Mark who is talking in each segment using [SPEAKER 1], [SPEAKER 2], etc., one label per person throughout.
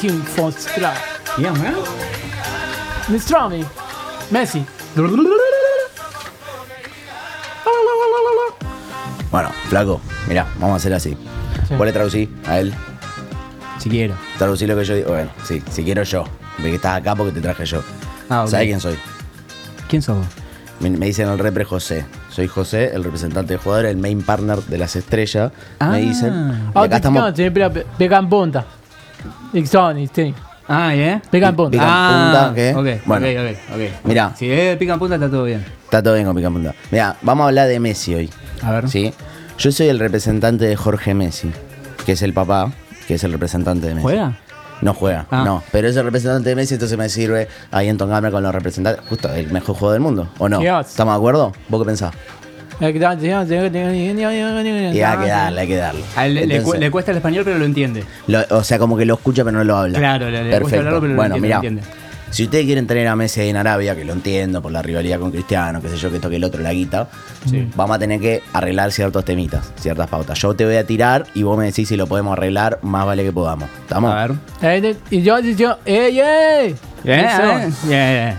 [SPEAKER 1] Kim Fostra.
[SPEAKER 2] Yeah, man.
[SPEAKER 1] Mistrami. Messi.
[SPEAKER 3] Bueno, flaco, mirá, vamos a hacer así.
[SPEAKER 1] Sí.
[SPEAKER 3] Vos le traducí a él.
[SPEAKER 2] Si quiero.
[SPEAKER 3] Traducí lo que yo digo. Bueno, sí, si quiero yo. Porque estás acá porque te traje yo.
[SPEAKER 2] Ah, ok.
[SPEAKER 3] ¿Sabes quién soy?
[SPEAKER 2] ¿Quién sos vos?
[SPEAKER 3] Me, me dicen el repre José. Soy José, el representante de jugadores, el main partner de las estrellas.
[SPEAKER 2] Ah. Oh,
[SPEAKER 3] Me dicen. Y acá estamos.
[SPEAKER 1] Autotune, pela pega en punta. Dixon, Sting.
[SPEAKER 2] Ah, ¿eh?
[SPEAKER 1] Pega en punta.
[SPEAKER 3] Pica en punta,
[SPEAKER 2] ah,
[SPEAKER 3] ¿qué?
[SPEAKER 2] Ok,
[SPEAKER 3] Bueno.
[SPEAKER 2] ok, ok, ok.
[SPEAKER 3] Mirá.
[SPEAKER 2] Si es pica en punta está todo bien.
[SPEAKER 3] Está todo bien con Pica Punta. Mira, vamos a hablar de Messi hoy.
[SPEAKER 2] A ver.
[SPEAKER 3] ¿Sí? Yo soy el representante de Jorge Messi, que es el papá, que es el representante de Messi.
[SPEAKER 2] ¿Juega?
[SPEAKER 3] No juega,
[SPEAKER 2] Ah.
[SPEAKER 3] no. Pero es el representante de Messi, entonces me sirve ahí en Tongame con los representantes. Justo, el mejor juego del mundo, ¿o no?
[SPEAKER 1] Dios.
[SPEAKER 3] ¿Estamos de acuerdo? ¿Vos qué pensás?
[SPEAKER 1] Eh,
[SPEAKER 3] Y hay que darle, hay que darle.
[SPEAKER 2] A él le, le cu-
[SPEAKER 3] Entonces,
[SPEAKER 2] le cuesta el español, pero lo entiende.
[SPEAKER 3] lo- o sea, como que lo escucha pero no lo habla.
[SPEAKER 2] Claro, le- le gusta hablarlo, pero no lo
[SPEAKER 3] bueno,
[SPEAKER 2] entiende,
[SPEAKER 3] mirá,
[SPEAKER 2] lo entiende.
[SPEAKER 3] si ustedes quieren tener a Messi ahí en Arabia, que lo entiendo por la rivalidad con Cristiano, que sé yo, que toque el otro la guita, vamos a tener que arreglar ciertos temitas, ciertas pautas. Yo te voy a tirar y vos me decís si lo podemos arreglar, más vale que podamos. ¿Estamos?
[SPEAKER 2] A ver.
[SPEAKER 1] Eh, Y yo, y yo, ¡ey, ey!
[SPEAKER 2] Eh,
[SPEAKER 1] Eso.
[SPEAKER 2] eh, eh, eh.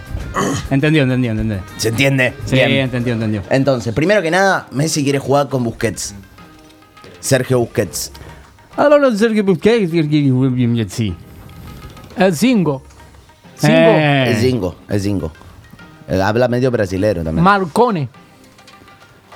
[SPEAKER 2] Entendió, entendió, entendió.
[SPEAKER 3] ¿Se entiende?
[SPEAKER 2] Sí,
[SPEAKER 3] Bien.
[SPEAKER 2] entendió, entendió.
[SPEAKER 3] Entonces, primero que nada, Messi quiere jugar con Busquets. Sergio Busquets.
[SPEAKER 2] Ahora no sé qué busqué. Sí.
[SPEAKER 1] El 5. 5.
[SPEAKER 2] Eh.
[SPEAKER 3] Es Zingo, es Zingo. Eh, Habla medio brasilero también.
[SPEAKER 1] Marcone.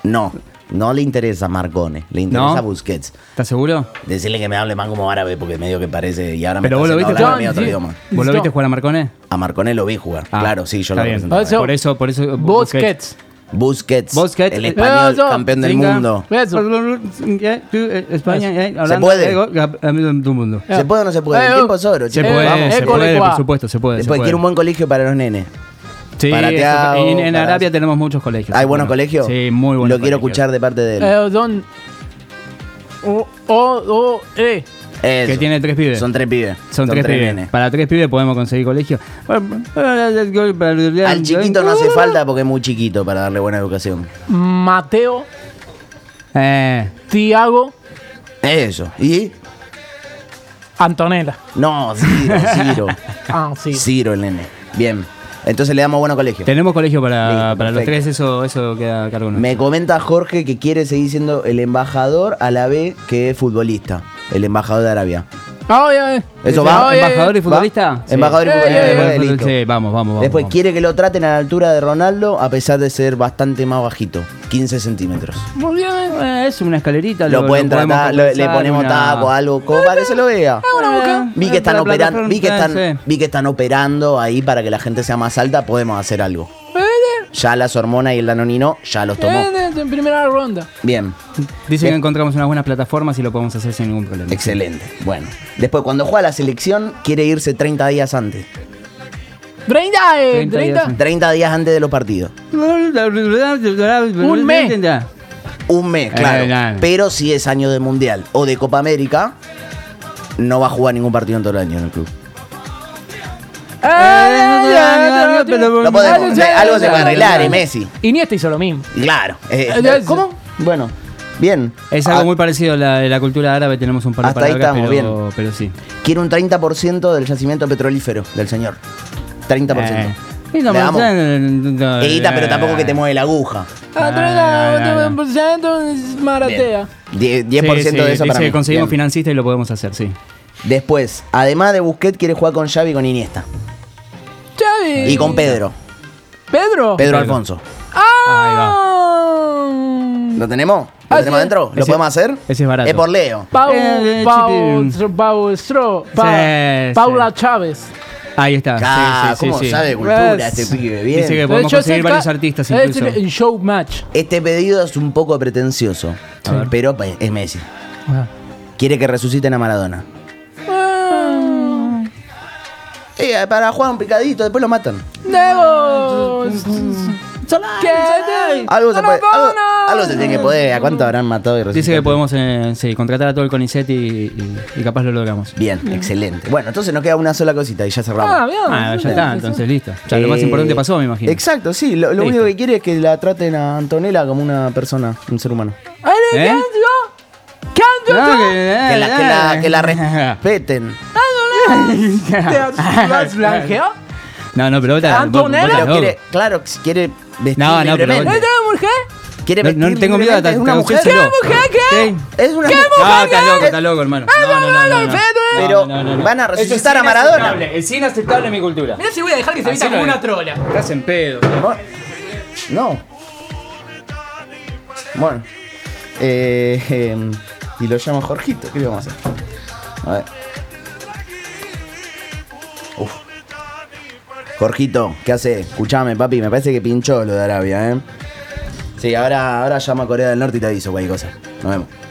[SPEAKER 3] no, no le interesa Marcone, le interesa
[SPEAKER 2] ¿No?
[SPEAKER 3] Busquets.
[SPEAKER 2] ¿Estás seguro?
[SPEAKER 3] Decirle que me hable más como árabe porque medio que parece. Y ahora
[SPEAKER 2] Pero
[SPEAKER 3] me está
[SPEAKER 2] vos lo
[SPEAKER 3] haciendo
[SPEAKER 2] viste
[SPEAKER 3] hablar
[SPEAKER 1] John,
[SPEAKER 3] a mí otro
[SPEAKER 1] sí.
[SPEAKER 3] idioma.
[SPEAKER 2] ¿Vos
[SPEAKER 1] Listo.
[SPEAKER 2] lo viste jugar a Marcone?
[SPEAKER 3] A Marcone lo vi jugar.
[SPEAKER 2] Ah,
[SPEAKER 3] claro, sí, yo lo
[SPEAKER 2] está bien.
[SPEAKER 3] representaba.
[SPEAKER 1] Eso-
[SPEAKER 2] Por eso, por eso.
[SPEAKER 1] Busquets.
[SPEAKER 3] Busquets,
[SPEAKER 2] Busquets,
[SPEAKER 3] el
[SPEAKER 2] eh,
[SPEAKER 3] español
[SPEAKER 1] eso,
[SPEAKER 3] campeón del
[SPEAKER 2] Venga.
[SPEAKER 3] mundo.
[SPEAKER 1] Eso.
[SPEAKER 2] Eh, tú, eh, España, eh, Holanda,
[SPEAKER 3] puede.
[SPEAKER 2] eh, gol, eh, amigo del mundo.
[SPEAKER 1] Eh.
[SPEAKER 3] ¿Se puede o no se puede?
[SPEAKER 1] Eh,
[SPEAKER 3] El tiempo es oro,
[SPEAKER 2] Se
[SPEAKER 3] chicos,
[SPEAKER 2] puede,
[SPEAKER 3] vamos.
[SPEAKER 2] se
[SPEAKER 1] eh,
[SPEAKER 2] puede,
[SPEAKER 1] Colecua.
[SPEAKER 2] por supuesto, se puede. se
[SPEAKER 3] Después
[SPEAKER 2] puede.
[SPEAKER 3] quiero un buen colegio para los nenes.
[SPEAKER 2] Sí,
[SPEAKER 3] Parateado,
[SPEAKER 2] eso- en, en
[SPEAKER 3] para-
[SPEAKER 2] Arabia tenemos muchos colegios.
[SPEAKER 3] ¿Hay buenos
[SPEAKER 2] Bueno,
[SPEAKER 3] colegios?
[SPEAKER 2] Sí, muy buenos.
[SPEAKER 3] Lo quiero
[SPEAKER 2] colegios.
[SPEAKER 3] escuchar de parte de él.
[SPEAKER 1] Eh, don. O, o, o, eh.
[SPEAKER 3] Eso.
[SPEAKER 2] Que tiene tres pibes.
[SPEAKER 3] Son tres pibes.
[SPEAKER 2] Son tres pibes.
[SPEAKER 3] nenes.
[SPEAKER 2] Para tres pibes podemos conseguir colegio. eh, Al
[SPEAKER 3] Al chiquito no hace falta porque es muy chiquito para darle buena educación.
[SPEAKER 1] Mateo,
[SPEAKER 2] Eh,
[SPEAKER 1] Tiago,
[SPEAKER 3] Eso. ¿Y?
[SPEAKER 1] Antonella.
[SPEAKER 3] No, Ciro, Ciro.
[SPEAKER 1] Ah, sí.
[SPEAKER 3] Ciro el nene. Bien. Entonces le damos buenos colegios.
[SPEAKER 2] tenemos colegio para,
[SPEAKER 3] Listo,
[SPEAKER 2] para los
[SPEAKER 3] perfecto.
[SPEAKER 2] tres, eso, eso queda a cargo nuestro.
[SPEAKER 3] Me comenta Jorge que quiere seguir siendo el embajador a la vez que es futbolista. El embajador de Arabia.
[SPEAKER 1] Ah, oye, oye. Dice,
[SPEAKER 3] Eso va.
[SPEAKER 1] oye,
[SPEAKER 2] ¿Embajador y
[SPEAKER 3] eh, ¿Va?
[SPEAKER 2] futbolista? Sí.
[SPEAKER 3] Embajador y
[SPEAKER 1] Eh, eh,
[SPEAKER 3] futbolista. después
[SPEAKER 2] eh,
[SPEAKER 3] de listo.
[SPEAKER 2] sí, vamos, vamos, vamos,
[SPEAKER 3] Después
[SPEAKER 2] vamos.
[SPEAKER 3] quiere que lo traten a la altura de Ronaldo a pesar de ser bastante más bajito. 15 centímetros.
[SPEAKER 2] Muy bien, eh, es una escalerita.
[SPEAKER 3] Lo, pueden
[SPEAKER 2] podemos
[SPEAKER 3] tratar, lo- le
[SPEAKER 2] compensar,
[SPEAKER 3] ponemos
[SPEAKER 2] una-
[SPEAKER 3] tapo, algo, como para que se lo vea.
[SPEAKER 2] boca. Eh,
[SPEAKER 3] Vi que están
[SPEAKER 2] Para la
[SPEAKER 3] operando, vi que
[SPEAKER 2] plataforma,
[SPEAKER 3] están,
[SPEAKER 2] sí.
[SPEAKER 3] vi que están operando ahí para que la gente sea más alta, podemos hacer algo. Ya las hormonas y el danonino ya los tomó.
[SPEAKER 1] eh, de- en primera ronda.
[SPEAKER 3] Bien,
[SPEAKER 2] Dicen que encontramos unas buenas plataformas y lo podemos hacer sin ningún problema.
[SPEAKER 3] excelente. Bueno, después cuando juega la selección quiere irse 30 días antes.
[SPEAKER 1] 30, eh,
[SPEAKER 2] 30 días.
[SPEAKER 1] 30.
[SPEAKER 3] 30 días antes de los partidos.
[SPEAKER 2] Un
[SPEAKER 1] mes.
[SPEAKER 3] Un mes, claro.
[SPEAKER 2] Eh, nah.
[SPEAKER 3] Pero si es año de Mundial o de Copa América, no va a jugar ningún partido en todo el año en el club.
[SPEAKER 1] Eh,
[SPEAKER 3] Eh, Lo
[SPEAKER 1] Ah,
[SPEAKER 3] podemos, o sea, algo se puede arreglar, y Messi.
[SPEAKER 1] Iniesta hizo lo mismo.
[SPEAKER 3] Claro. eh,
[SPEAKER 1] Eh,
[SPEAKER 3] ¿Cómo? Bueno, bien.
[SPEAKER 2] Es algo
[SPEAKER 3] Ah,
[SPEAKER 2] muy parecido a la de la cultura árabe, tenemos un par de
[SPEAKER 3] Hasta ahí
[SPEAKER 2] palabras,
[SPEAKER 3] estamos,
[SPEAKER 2] pero, pero sí.
[SPEAKER 3] Quiero un 30% del yacimiento petrolífero del señor. 30%.
[SPEAKER 2] Eh.
[SPEAKER 3] Le damos. Edita, pero tampoco que te mueve la aguja.
[SPEAKER 1] Ah,
[SPEAKER 2] Ah, no, no,
[SPEAKER 1] 30% maratea.
[SPEAKER 3] Bien. Die- 10%,
[SPEAKER 2] Sí,
[SPEAKER 3] de
[SPEAKER 2] sí,
[SPEAKER 3] eso para
[SPEAKER 2] dice
[SPEAKER 3] mí.
[SPEAKER 2] que conseguimos
[SPEAKER 3] Bien.
[SPEAKER 2] financista y lo podemos hacer, sí.
[SPEAKER 3] Después, además de Busquets, quiere jugar con Xavi y con Iniesta.
[SPEAKER 1] Xavi.
[SPEAKER 3] Y con Pedro.
[SPEAKER 1] Pedro.
[SPEAKER 3] Pedro
[SPEAKER 2] Pedro.
[SPEAKER 3] Alfonso.
[SPEAKER 2] Ahí va.
[SPEAKER 1] Ah.
[SPEAKER 3] ¿Lo tenemos? ¿Lo
[SPEAKER 1] Ah,
[SPEAKER 3] tenemos
[SPEAKER 1] sí.
[SPEAKER 3] adentro? ¿Lo
[SPEAKER 2] Ese-
[SPEAKER 3] podemos hacer?
[SPEAKER 2] ese es barato.
[SPEAKER 3] Es por Leo.
[SPEAKER 1] Pau,
[SPEAKER 2] Eh,
[SPEAKER 1] Pau,
[SPEAKER 2] chipi.
[SPEAKER 1] Pau, Stro, Pa-
[SPEAKER 2] Sí, sí.
[SPEAKER 1] Paula Chávez.
[SPEAKER 2] Ahí está.
[SPEAKER 3] Ah,
[SPEAKER 2] sí, sí,
[SPEAKER 3] ¿Cómo
[SPEAKER 2] sí, sí.
[SPEAKER 3] sabe de cultura
[SPEAKER 1] Yes.
[SPEAKER 3] este pibe?
[SPEAKER 2] Dice que
[SPEAKER 3] Bien.
[SPEAKER 2] podemos
[SPEAKER 1] Yo sé
[SPEAKER 2] conseguir
[SPEAKER 1] que-
[SPEAKER 2] varios artistas
[SPEAKER 1] es
[SPEAKER 2] incluso.
[SPEAKER 1] el showmatch.
[SPEAKER 3] Este pedido es un poco pretencioso, pero pues, es Messi.
[SPEAKER 2] Ah.
[SPEAKER 3] Quiere que resuciten a Maradona.
[SPEAKER 1] Ah.
[SPEAKER 3] Eh, para jugar un picadito, después lo matan.
[SPEAKER 1] Debo. ¿Qué?
[SPEAKER 3] Algo se,
[SPEAKER 1] ¡No,
[SPEAKER 3] puede,
[SPEAKER 1] no,
[SPEAKER 3] algo,
[SPEAKER 1] no!
[SPEAKER 3] algo se tiene que poder. ¿A cuánto habrán matado y
[SPEAKER 2] Dice que
[SPEAKER 3] resucitado?
[SPEAKER 2] podemos eh, sí, contratar a todo el CONICET y, y- y capaz lo logramos.
[SPEAKER 3] Bien, excelente. Bueno, entonces nos queda una sola cosita y ya cerramos.
[SPEAKER 1] Ah, bien.
[SPEAKER 2] Ah, ya está, entonces listo. Ya lo más
[SPEAKER 3] Eh,
[SPEAKER 2] importante pasó, me imagino.
[SPEAKER 3] Exacto, sí. Lo, lo
[SPEAKER 2] Listo.
[SPEAKER 3] único que quiere es que la traten a Antonella como una persona, un ser humano.
[SPEAKER 1] ¡Ay,
[SPEAKER 2] ¿Eh?
[SPEAKER 1] qué yo!
[SPEAKER 2] No, que-
[SPEAKER 1] Ah,
[SPEAKER 3] Que la, que la, que la respeten.
[SPEAKER 1] ¿Te has blanqueado?
[SPEAKER 2] No, no, pero vos estás- vos- vos
[SPEAKER 1] ¿Antonella?
[SPEAKER 2] estás
[SPEAKER 3] Pero
[SPEAKER 2] loco.
[SPEAKER 3] quiere, claro, si quiere vestir
[SPEAKER 2] No, no, pero
[SPEAKER 3] libremente.
[SPEAKER 1] ¿Es de una mujer?
[SPEAKER 3] Quiere
[SPEAKER 2] No-
[SPEAKER 3] vestir
[SPEAKER 2] No, tengo miedo
[SPEAKER 3] libremente,
[SPEAKER 2] hasta
[SPEAKER 3] es una
[SPEAKER 2] hasta
[SPEAKER 3] mujer.
[SPEAKER 2] buscárselo.
[SPEAKER 1] ¿Qué mujer qué?
[SPEAKER 2] Sí.
[SPEAKER 3] Es una mujer.
[SPEAKER 2] No, estás loco, estás loco, hermano. No, no, no, no, no.
[SPEAKER 3] Pero
[SPEAKER 2] No, no, no, no.
[SPEAKER 3] van a
[SPEAKER 2] Eso es
[SPEAKER 3] resucitar a Maradona.
[SPEAKER 2] inaceptable, Es inaceptable en mi cultura.
[SPEAKER 1] Mira si voy a dejar que se
[SPEAKER 2] Así
[SPEAKER 1] vista
[SPEAKER 2] lo
[SPEAKER 1] como
[SPEAKER 2] es.
[SPEAKER 1] una trola.
[SPEAKER 2] Estás en pedo.
[SPEAKER 3] No. Bueno. Eh, em, y lo llamo Jorgito. ¿Qué le vamos a hacer? A ver. Uf. Jorgito, ¿qué hace? Escuchame, papi. Me parece que pinchó lo de Arabia, ¿eh? Sí, ahora, ahora llamo a Corea del Norte y te aviso cualquier cosa. Nos vemos.